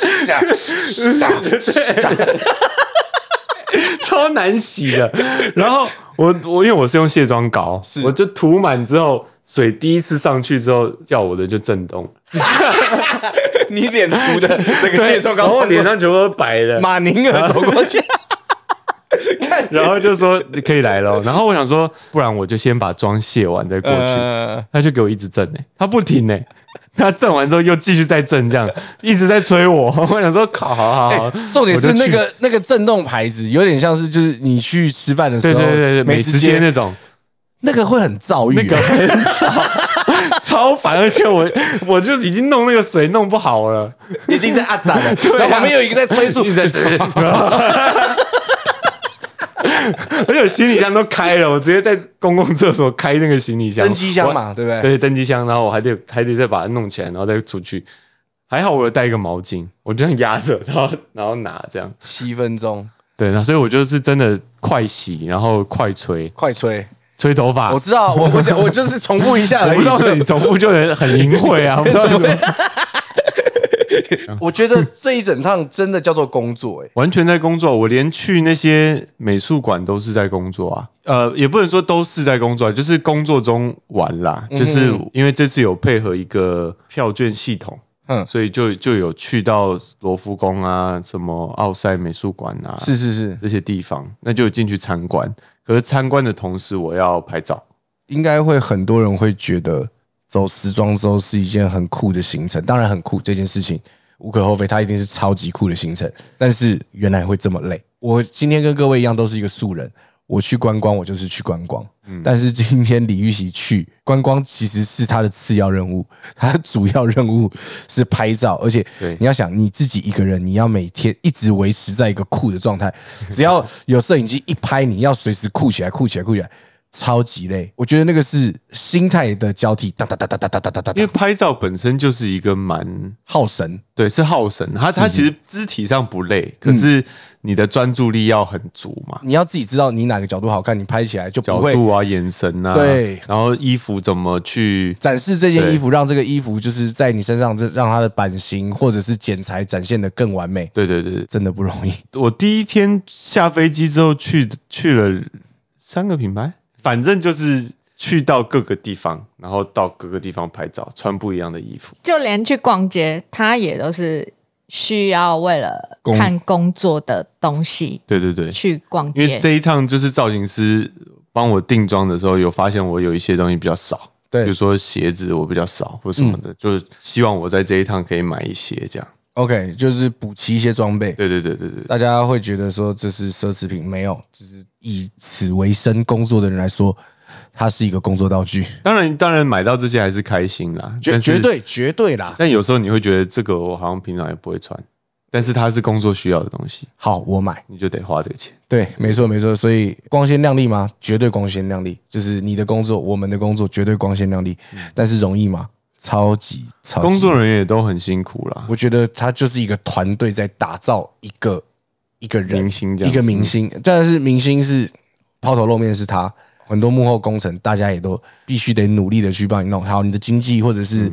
[SPEAKER 1] 超难洗的。然后我我因为我是用卸妆膏，我就涂满之后，水第一次上去之后，叫我的就震动，
[SPEAKER 2] 你脸涂的整个 卸妆
[SPEAKER 1] 然
[SPEAKER 2] 膏
[SPEAKER 1] 后我
[SPEAKER 2] 蹭
[SPEAKER 1] 脸
[SPEAKER 2] 过，
[SPEAKER 1] 上全部都白的，
[SPEAKER 2] 马宁儿走过去，
[SPEAKER 1] 然后就说你可以 来咯。然后我想说，不然我就先把妆卸完再过去。
[SPEAKER 2] 呃，
[SPEAKER 1] 他就给我一直震呢、他不停呢、他震完之后又继续再震，这样一直在催我。 我想说，靠，好好好，
[SPEAKER 2] 哎重点是
[SPEAKER 1] 我就
[SPEAKER 2] 那
[SPEAKER 1] 去
[SPEAKER 2] 个那个震动牌子，有点像是就是你去吃饭的时
[SPEAKER 1] 对
[SPEAKER 2] 候，
[SPEAKER 1] 对对对美
[SPEAKER 2] 美
[SPEAKER 1] 食
[SPEAKER 2] 食
[SPEAKER 1] 街
[SPEAKER 2] 街
[SPEAKER 1] 那种，
[SPEAKER 2] 那个会很躁郁，欸
[SPEAKER 1] 那个很吵， 超烦，而且我我就已经弄那个水弄不好了，
[SPEAKER 2] 已经在阿展 了，
[SPEAKER 1] 啊
[SPEAKER 2] 然后旁边有一个在催促
[SPEAKER 1] 一，直在这边， 而且我行李箱都开了，我直接在公共厕所开那个行李箱，
[SPEAKER 2] 登机箱嘛，对不
[SPEAKER 1] 我，
[SPEAKER 2] 对？
[SPEAKER 1] 对，登机箱，然后我还得还得再把它弄起来，然后再出去。还好我有带一个毛巾，我这样压着，然后然后拿这样，
[SPEAKER 2] 七分钟，
[SPEAKER 1] 对，那所以我就是真的快洗，然后快吹，
[SPEAKER 2] 快吹！
[SPEAKER 1] 吹头发。
[SPEAKER 2] 我知道，我我讲，我就是重复一下
[SPEAKER 1] 啊 我
[SPEAKER 2] 而
[SPEAKER 1] 不
[SPEAKER 2] 已
[SPEAKER 1] 知。道你重复就很很淫秽啊，我不知道你怎么
[SPEAKER 2] 我觉得这一整趟真的叫做工作、欸，
[SPEAKER 1] 完全在工作，我连去那些美术馆都是在工作啊。呃，也不能说都是在工作啊，就是工作中玩啦。就是因为这次有配合一个票券系统，
[SPEAKER 2] 嗯
[SPEAKER 1] 嗯，所以就就有去到罗浮宫啊，什么奥赛美术馆啊，
[SPEAKER 2] 是是是，
[SPEAKER 1] 这些地方，那就有进去参观。可是参观的同时，我要拍照。
[SPEAKER 2] 应该会很多人会觉得走时装周是一件很酷的行程，当然很酷这件事情无可厚非，它一定是超级酷的行程。但是原来会这么累，我今天跟各位一样都是一个素人，我去观光我就是去观光，但是今天李玉玺去观光其实是他的次要任务，他的主要任务是拍照，而且
[SPEAKER 1] 对
[SPEAKER 2] 你要想你自己一个人，你要每天一直维持在一个酷的状态，只要有摄影机一拍，你要随时酷起来，酷起来，酷起来。超级累，我觉得那个是心态的交替，哒哒哒哒哒哒哒哒哒
[SPEAKER 1] 因为拍照本身就是一个蛮
[SPEAKER 2] 耗神，
[SPEAKER 1] 对，是耗神。他他其实肢体上不累，可是你的专注力要很足嘛，
[SPEAKER 2] 你要自己知道你哪个角度好看，你拍起来就不
[SPEAKER 1] 角
[SPEAKER 2] 会
[SPEAKER 1] 度啊、眼神啊，
[SPEAKER 2] 对
[SPEAKER 1] 然后衣服怎么去
[SPEAKER 2] 展示这件衣服，让这个衣服就是在你身上，这让它的版型或者是剪裁展现的更完美，
[SPEAKER 1] 对对对，
[SPEAKER 2] 真的不容易。
[SPEAKER 1] 我第一天下飞机之后去去了三个品牌，反正就是去到各个地方，然后到各个地方拍照，穿不一样的衣服。
[SPEAKER 3] 就连去逛街，他也都是需要为了
[SPEAKER 2] 工
[SPEAKER 3] 看工作的东西
[SPEAKER 1] 对对对，
[SPEAKER 3] 去逛
[SPEAKER 1] 因为
[SPEAKER 3] 街。
[SPEAKER 1] 这一趟就是造型师帮我定妆的时候，有发现我有一些东西比较少，
[SPEAKER 2] 对嗯
[SPEAKER 1] 比如说鞋子我比较少或什么的，就是希望我在这一趟可以买一些这样。
[SPEAKER 2] OK，就是补齐一些装备，
[SPEAKER 1] 对对对对对，
[SPEAKER 2] 大家会觉得说这是奢侈品，没有，就是以此为生工作的人来说，它是一个工作道具，
[SPEAKER 1] 当然当然买到这些还是开心啦，
[SPEAKER 2] 绝
[SPEAKER 1] 但是
[SPEAKER 2] 绝。对绝对啦。
[SPEAKER 1] 但有时候你会觉得这个我好像平常也不会穿，但是它是工作需要的东西，
[SPEAKER 2] 好，我买。
[SPEAKER 1] 你就得花这个钱。
[SPEAKER 2] 对，没错没错，所以光鲜亮丽吗？绝对光鲜亮丽，就是你的工作，我们的工作绝对光鲜亮丽，但是容易吗？超级超级。
[SPEAKER 1] 工作人员也都很哦辛苦啦，
[SPEAKER 2] 我觉得他就是一个团队在打造一个一个人
[SPEAKER 1] 明星这样
[SPEAKER 2] 一
[SPEAKER 1] 子
[SPEAKER 2] 个明星，但是明星是抛头露面是他，很多幕后工程大家也都必须得努力的去帮你弄好，你的经纪或者是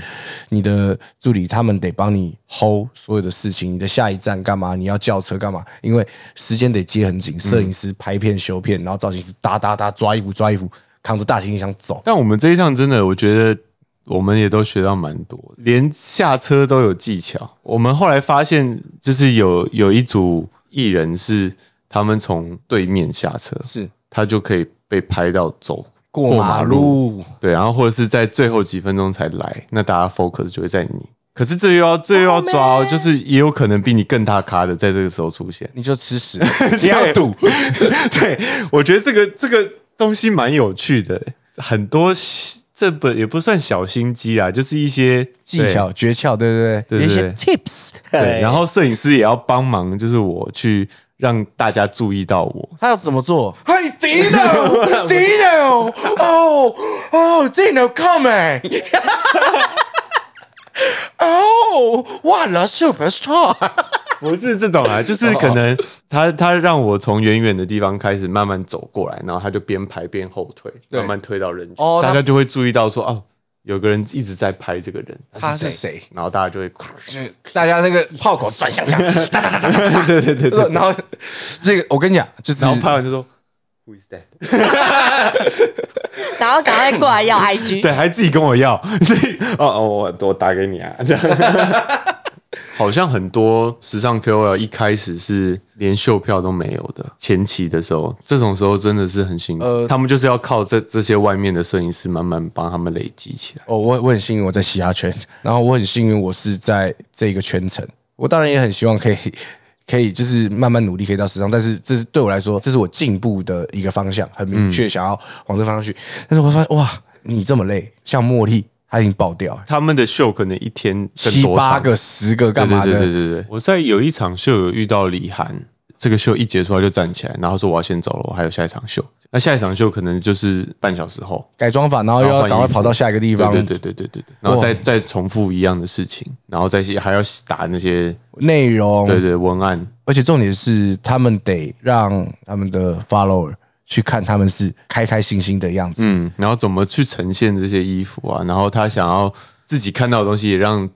[SPEAKER 2] 你的助理，他们得帮你 hold 所有的事情，你的下一站干嘛，你要叫车干嘛，因为时间得接很紧，摄影师拍片修片，然后造型师哒哒哒抓衣服抓衣服，扛着大行李箱走。
[SPEAKER 1] 但我们这一趟真的，我觉得我们也都学到蛮多，连下车都有技巧。我们后来发现，就是有有一组艺人是他们从对面下车，
[SPEAKER 2] 是
[SPEAKER 1] 他就可以被拍到走。
[SPEAKER 2] 过马路，
[SPEAKER 1] 对，然后或者是在最后几分钟才来，那大家 focus 就会在你。可是这又要这又要抓哦，就是也有可能比你更大咖的在这个时候出现。
[SPEAKER 2] 你就吃 屎，你要赌，
[SPEAKER 1] 对，我觉得这个这个东西蛮有趣的，很多小这本也不算小心机啊，就是一些
[SPEAKER 2] 技。巧诀窍，对不对？
[SPEAKER 1] 对对
[SPEAKER 2] 有一些
[SPEAKER 1] 对
[SPEAKER 2] tips，
[SPEAKER 1] 对对，
[SPEAKER 2] 哎
[SPEAKER 1] 然后摄影师也要帮忙，就是我去让大家注意到我。
[SPEAKER 2] 他要怎么做？嗨，Dino，Dino，哦哦，Dino coming，哦，完了，Superstar，
[SPEAKER 1] 不是这种 啊，就是可
[SPEAKER 2] 哦
[SPEAKER 1] 能他他让我从远远的地方开始慢慢走过来，然后他就边拍边后退，
[SPEAKER 2] 对
[SPEAKER 1] 慢慢推到人群，
[SPEAKER 2] 哦他
[SPEAKER 1] 大家就会注意到说哦，有个人一直在拍这个人，
[SPEAKER 2] 他是谁？
[SPEAKER 1] 然后大家就会，
[SPEAKER 2] 就是大家那个炮口转向向，哒哒哒哒
[SPEAKER 1] 对对对对，
[SPEAKER 2] 哒，然后这个我跟你讲，就是
[SPEAKER 1] 然后拍完就说 Who is that？
[SPEAKER 3] 然后赶快过来要 IG，
[SPEAKER 1] 对，还自己跟我要，所以哦哦，我我打给你 啊，这样。好像很多时尚 KOL 一开始是连秀票都没有的，前期的时候，这种时候真的是很辛苦。
[SPEAKER 2] 呃
[SPEAKER 1] 他们就是要靠这这些外面的摄影师慢慢帮他们累积起来。
[SPEAKER 2] 哦，我我很幸运，我在嘻哈圈，然后我很幸运，我是在这个圈层。我当然也很希望可以，可以就是慢慢努力，可以到时尚，但是这是对我来说，这是我进步的一个方向，很
[SPEAKER 1] 嗯
[SPEAKER 2] 明确想要往这方向去。但是我发现，哇，你这么累，像茉莉，她已经爆掉了，
[SPEAKER 1] 他们的秀可能一天更
[SPEAKER 2] 七
[SPEAKER 1] 多
[SPEAKER 2] 八
[SPEAKER 1] 场
[SPEAKER 2] 个、十个
[SPEAKER 1] 对
[SPEAKER 2] 干嘛的？
[SPEAKER 1] 对对对对对，我在有一场秀有遇到李涵，这个秀一结束他就站起来，然后说我要先走了，我还有下一场秀。那下一场秀可能就是半小时后，
[SPEAKER 2] 改装法，然后又
[SPEAKER 1] 然后
[SPEAKER 2] 要
[SPEAKER 1] 换
[SPEAKER 2] 赶快
[SPEAKER 1] 衣服
[SPEAKER 2] 跑到下一个地
[SPEAKER 1] 对
[SPEAKER 2] 方，
[SPEAKER 1] 对对对对对对，然后再再重复一样的事情，然后再还要打那些
[SPEAKER 2] 内容，
[SPEAKER 1] 对对文案，
[SPEAKER 2] 而且重点是，他们得让他们的 follower 去看他们是开开心心的样子。
[SPEAKER 1] 嗯，然后怎么去呈现这些衣服啊，然后他想要自己看到的东西也让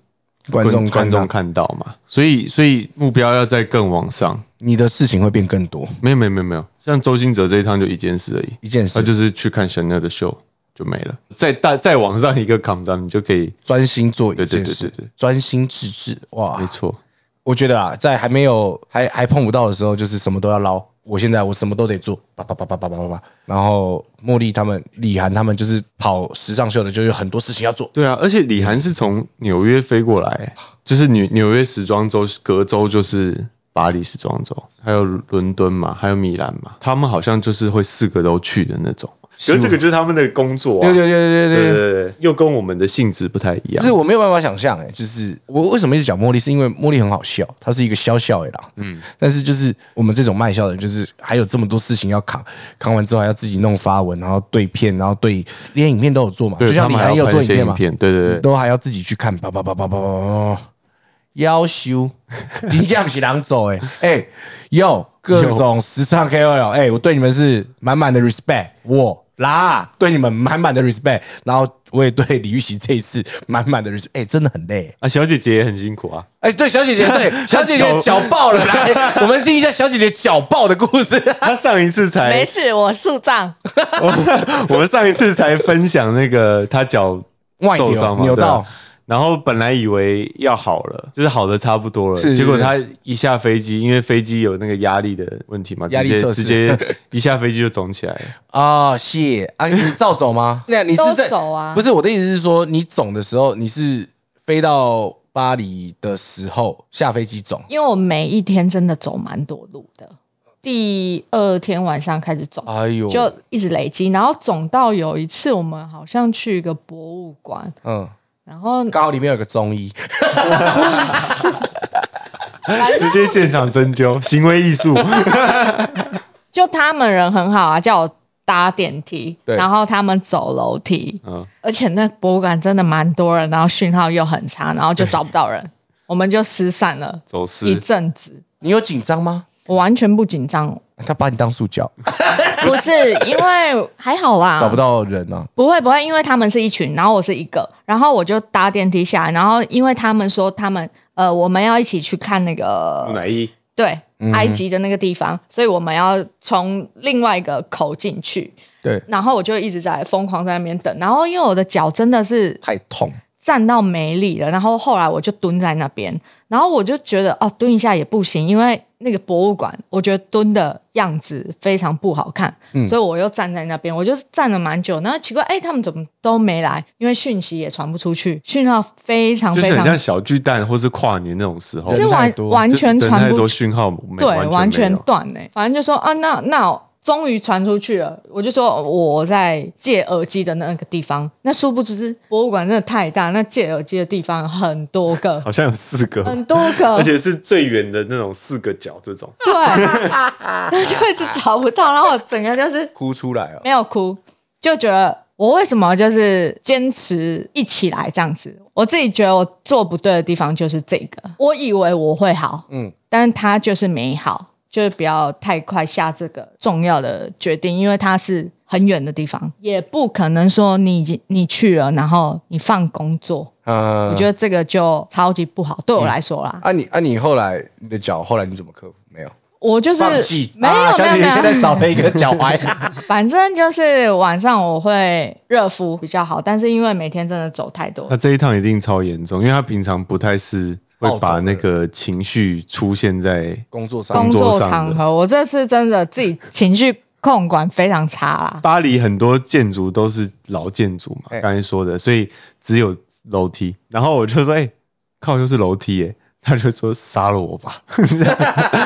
[SPEAKER 2] 观众看
[SPEAKER 1] 观
[SPEAKER 2] 到
[SPEAKER 1] 众看到嘛，所以所以目标要再更往上。
[SPEAKER 2] 你的事情会变更多。
[SPEAKER 1] 没有没有没有没有，像周星哲这一趟就一件事而已，
[SPEAKER 2] 一件事
[SPEAKER 1] 他就是去看 Chanel 的秀就没了。再大再往上一个 come down，你就可以，
[SPEAKER 2] 专心做一件事，
[SPEAKER 1] 对对对对对
[SPEAKER 2] 专心致志。哇
[SPEAKER 1] 没，错，
[SPEAKER 2] 我觉得啊，在还没有还还碰不到的时候，就是什么都要捞。我现在我什么都得做，叭叭叭叭叭叭叭叭。然后茉莉他们、李涵他们就是跑时尚秀的，就有很多事情要做。
[SPEAKER 1] 对啊。而且李涵是从纽约飞过来、就是纽纽约时装周，隔周就是巴黎时装周，还有伦敦嘛，还有米兰嘛，他们好像就是会四个都去的那种。可是这个就是他们的工作啊，
[SPEAKER 2] 对对对对
[SPEAKER 1] 对
[SPEAKER 2] 对
[SPEAKER 1] 对
[SPEAKER 2] 对。
[SPEAKER 1] 对对，又跟我们的性质不太一样
[SPEAKER 2] 就是。我没有办法想象，哎，就是我为什么一直讲茉莉，是因为茉莉很好笑，她是一个笑笑哎啦，嗯，但是就是我们这种卖笑的人，就是还有这么多事情要扛，扛完之后还要自己弄发文，然后对片，然后对，连影片都有做嘛，
[SPEAKER 1] 对
[SPEAKER 2] 就像
[SPEAKER 1] 他
[SPEAKER 2] 李
[SPEAKER 1] 们还
[SPEAKER 2] 涵
[SPEAKER 1] 要
[SPEAKER 2] 也有
[SPEAKER 1] 拍
[SPEAKER 2] 做
[SPEAKER 1] 一
[SPEAKER 2] 影
[SPEAKER 1] 些
[SPEAKER 2] 片
[SPEAKER 1] 影
[SPEAKER 2] 嘛，
[SPEAKER 1] 片对对对
[SPEAKER 2] 都还要自己去看，叭叭叭叭叭叭叭叭，要修，金匠喜狼走哎哎哟，各种时尚 KOL 哎、我对你们是满满的 respect，我啦对你们满满的 respect，然后我也对李玉玺这一次满满的 respect，哎、真的很累
[SPEAKER 1] 啊，小姐姐也很辛苦啊。
[SPEAKER 2] 哎、对小姐姐对小姐姐
[SPEAKER 1] 她
[SPEAKER 2] 脚
[SPEAKER 1] 脚
[SPEAKER 2] 爆了，来我们听一下小姐姐脚爆的故事，
[SPEAKER 1] 她上一次才
[SPEAKER 3] 没事，我树葬。
[SPEAKER 1] 我们上一次才分享那个他脚
[SPEAKER 2] 外扭
[SPEAKER 1] 受伤嘛，
[SPEAKER 2] 扭
[SPEAKER 1] 对啊
[SPEAKER 2] 到
[SPEAKER 1] 然后本来以为要好了，就是好的差不多了，
[SPEAKER 2] 是
[SPEAKER 1] 结果他一下飞机，因为飞机有那个压力的问题嘛，
[SPEAKER 2] 压力
[SPEAKER 1] 直接
[SPEAKER 2] 测试
[SPEAKER 1] 直接一下飞机就肿起来了。
[SPEAKER 2] 啊、谢啊，你照走 吗？那你是在
[SPEAKER 3] 都走啊
[SPEAKER 2] 不是我的意思是说，你肿的时候，你是飞到巴黎的时候下飞机肿
[SPEAKER 3] 因为我每一天真的走蛮多路的。第二天晚上开始肿，
[SPEAKER 2] 哎呦
[SPEAKER 3] 就一直累积，然后肿到有一次我们好像去一个博物馆，
[SPEAKER 2] 嗯，
[SPEAKER 3] 然后
[SPEAKER 2] 刚好里面有个中医，
[SPEAKER 3] 反
[SPEAKER 1] 直
[SPEAKER 3] 正
[SPEAKER 1] 接现场针灸，行为艺 术，
[SPEAKER 3] 就他们人很好啊，叫我搭电梯，
[SPEAKER 2] 对
[SPEAKER 3] 然后他们走楼梯，
[SPEAKER 1] 嗯
[SPEAKER 3] 而且那博物馆真的蛮多人，然后讯号又很差，然后就找不到人，我们就失散了
[SPEAKER 1] 走
[SPEAKER 3] 一
[SPEAKER 1] 失。
[SPEAKER 3] 阵子。
[SPEAKER 2] 你有紧张吗？
[SPEAKER 3] 我完全不紧张，
[SPEAKER 2] 他把你当塑胶，
[SPEAKER 3] 啊不是因为还好啦，
[SPEAKER 2] 找不到人啊。
[SPEAKER 3] 不会不会，因为他们是一群，然后我是一个，然后我就搭电梯下来，然后因为他们说他们呃我们要一起去看那
[SPEAKER 1] 木
[SPEAKER 3] 个
[SPEAKER 1] 乃伊，
[SPEAKER 3] 对埃及的那个地方，所以我们要从另外一个口进去，
[SPEAKER 2] 对，
[SPEAKER 3] 然后我就一直在疯狂在那边等，然后因为我的脚真的是
[SPEAKER 2] 太痛，
[SPEAKER 3] 站到没力了，然后后来我就蹲在那边，然后我就觉得哦蹲一下也不行，因为那个博物馆我觉得蹲的样子非常不好看，
[SPEAKER 1] 嗯
[SPEAKER 3] 所以我又站在那边，我就是站了蛮久，然后奇怪哎他们怎么都没来，因为讯息也传不出去，讯号非常
[SPEAKER 1] 就是
[SPEAKER 3] 非
[SPEAKER 1] 很
[SPEAKER 3] 常
[SPEAKER 1] 像小巨蛋或是跨年那种时候，
[SPEAKER 2] 人
[SPEAKER 3] 是
[SPEAKER 2] 太
[SPEAKER 3] 完
[SPEAKER 2] 多
[SPEAKER 3] 完
[SPEAKER 1] 就是
[SPEAKER 3] 全
[SPEAKER 1] 人
[SPEAKER 3] 传
[SPEAKER 1] 太
[SPEAKER 3] 不
[SPEAKER 1] 多讯号没，
[SPEAKER 3] 对，完
[SPEAKER 1] 全
[SPEAKER 3] 全
[SPEAKER 1] 没有
[SPEAKER 3] 断嘞、反正就说啊，那那终于传出去了，我就说我在借耳机的那个地方。那殊不知博物馆真的太大，那借耳机的地方很多 个，
[SPEAKER 1] 好像有四个，
[SPEAKER 3] 很多个，
[SPEAKER 1] 而且是最远的那种四个角这种。
[SPEAKER 3] 对，那就一直找不到，然后我整个就是
[SPEAKER 2] 哭出来哦。
[SPEAKER 3] 没有哭，就觉得我为什么就是坚持一起来这样子？我自己觉得我做不对的地方就是这个，我以为我会好，
[SPEAKER 2] 嗯
[SPEAKER 3] 嗯，但他就是没好，就是不要太快下这个重要的决定，因为他是很远的地方，也不可能说你已经你去了，然后你放工作，
[SPEAKER 2] 嗯
[SPEAKER 3] 我觉得这个就超级不好，对我来说啦，
[SPEAKER 2] 啊你啊你后来你的脚后来你怎么克服？没有
[SPEAKER 3] 我就是
[SPEAKER 2] 放弃，
[SPEAKER 3] 没有、
[SPEAKER 2] 啊小
[SPEAKER 3] 没有
[SPEAKER 2] 姐
[SPEAKER 3] 没
[SPEAKER 2] 姐
[SPEAKER 3] 有，
[SPEAKER 2] 现在少了一个脚 踝，
[SPEAKER 3] 反正就是晚上我会热敷比较好，但是因为每天真的走太多
[SPEAKER 1] 他，这一趟一定超严重，因为他平常不太是会把那个情绪出现在
[SPEAKER 2] 工作上
[SPEAKER 3] 工
[SPEAKER 1] 作
[SPEAKER 3] 作
[SPEAKER 1] 上的
[SPEAKER 3] 场合我这次真的自己情绪控管非常差啦。
[SPEAKER 1] 巴黎很多建筑都是老建筑嘛，
[SPEAKER 2] 哎
[SPEAKER 1] 刚才说的，所以只有楼梯。然后我就说：“哎、靠，又是楼梯耶、他就说：“杀了我吧，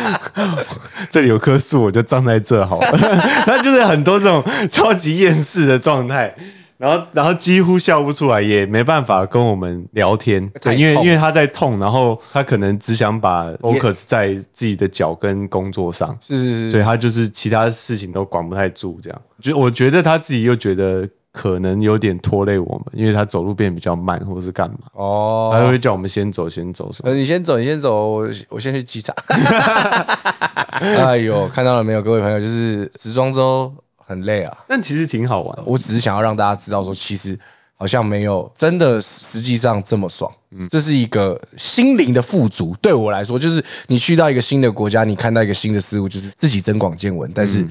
[SPEAKER 1] 这里有棵 树，我就葬在这好了。”他就是很多这种超级厌世的状态。然后然后几乎笑不出来，也没办法跟我们聊天，
[SPEAKER 2] 太
[SPEAKER 1] 对，因为
[SPEAKER 2] 痛
[SPEAKER 1] 因为他在痛，然后他可能只想把 focus 在自己的脚跟工作上，
[SPEAKER 2] 是是
[SPEAKER 1] 所
[SPEAKER 2] 是，
[SPEAKER 1] 以他就是其他事情都管不太住，这样。就我觉得他自己又觉得可能有点拖累我们，因为他走路变比较慢，或者是干嘛，他就
[SPEAKER 2] 哦，
[SPEAKER 1] 会叫我们先走先走什么。
[SPEAKER 2] 呃，你先走，你先走，我我先去机场。 哎呦，看到了没有，各位朋友，就是时装周很累啊。
[SPEAKER 1] 但其实挺好玩，
[SPEAKER 2] 我只是想要让大家知道说，其实好像没有真的实际上这么爽。这是一个心灵的富足。对我来说，就是你去到一个新的国家，你看到一个新的事物，就是自己增广见闻。但是，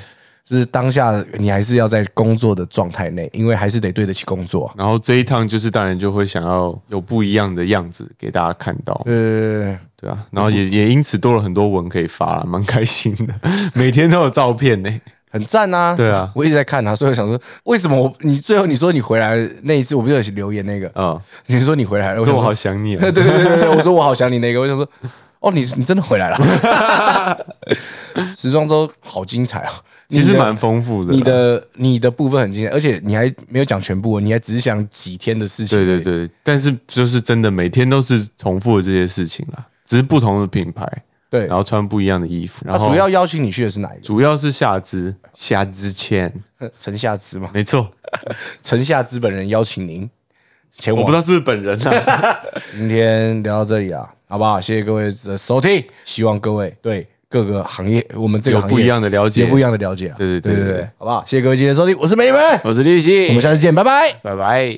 [SPEAKER 2] 就是当下你还是要在工作的状态内，因为还是得对得起工作啊、
[SPEAKER 1] 然后这一趟就是当然就会想要有不一样的样子给大家看到，
[SPEAKER 2] 呃，
[SPEAKER 1] 对啊，然后也也因此多了很多文可以发了，蛮开心 的，每天都有照片呢、
[SPEAKER 2] 很赞啊！
[SPEAKER 1] 对啊
[SPEAKER 2] 我一直在看他，所以我想说，为什么我你最后你说你回来那一次，我不是有留言那个，
[SPEAKER 1] 嗯，
[SPEAKER 2] 你说你回来了，
[SPEAKER 1] 这
[SPEAKER 2] 想
[SPEAKER 1] 我
[SPEAKER 2] 说
[SPEAKER 1] 好想你、啊，
[SPEAKER 2] 对对对对，我说我好想你那个，我想说，哦，你你真的回来了， 时装周好精彩哦，
[SPEAKER 1] 其
[SPEAKER 2] 你
[SPEAKER 1] 实
[SPEAKER 2] 的
[SPEAKER 1] 蛮丰富的啦。
[SPEAKER 2] 你的你的部分很精彩，而且你还没有讲全部哦，你还只是讲几天的事情，
[SPEAKER 1] 对对，对，但是就是真的每天都是重复的这些事情啦，只是不同的品牌，
[SPEAKER 2] 对
[SPEAKER 1] 然后穿不一样的衣服，
[SPEAKER 2] 那
[SPEAKER 1] 然
[SPEAKER 2] 啊
[SPEAKER 1] 后
[SPEAKER 2] 主要邀请你去的是哪一
[SPEAKER 1] 主要是夏之夏之谦，
[SPEAKER 2] 个？陈夏之嘛，
[SPEAKER 1] 没错，
[SPEAKER 2] 陈夏之本人邀请您前
[SPEAKER 1] 我
[SPEAKER 2] 往
[SPEAKER 1] 不知。道是不是本人啊，
[SPEAKER 2] 今天聊到这里啊，好不好？谢谢各位的收听，希望各位对各个行业我们这个
[SPEAKER 1] 有
[SPEAKER 2] 行业
[SPEAKER 1] 不一样的了解
[SPEAKER 2] 有不一样的了解啊。
[SPEAKER 1] 对对对
[SPEAKER 2] 对
[SPEAKER 1] 对
[SPEAKER 2] 对，好不好？谢谢各位今天的收听，我是美女们，
[SPEAKER 1] 我是立
[SPEAKER 2] 我
[SPEAKER 1] 新
[SPEAKER 2] 们，下次见，拜拜。
[SPEAKER 1] 拜拜。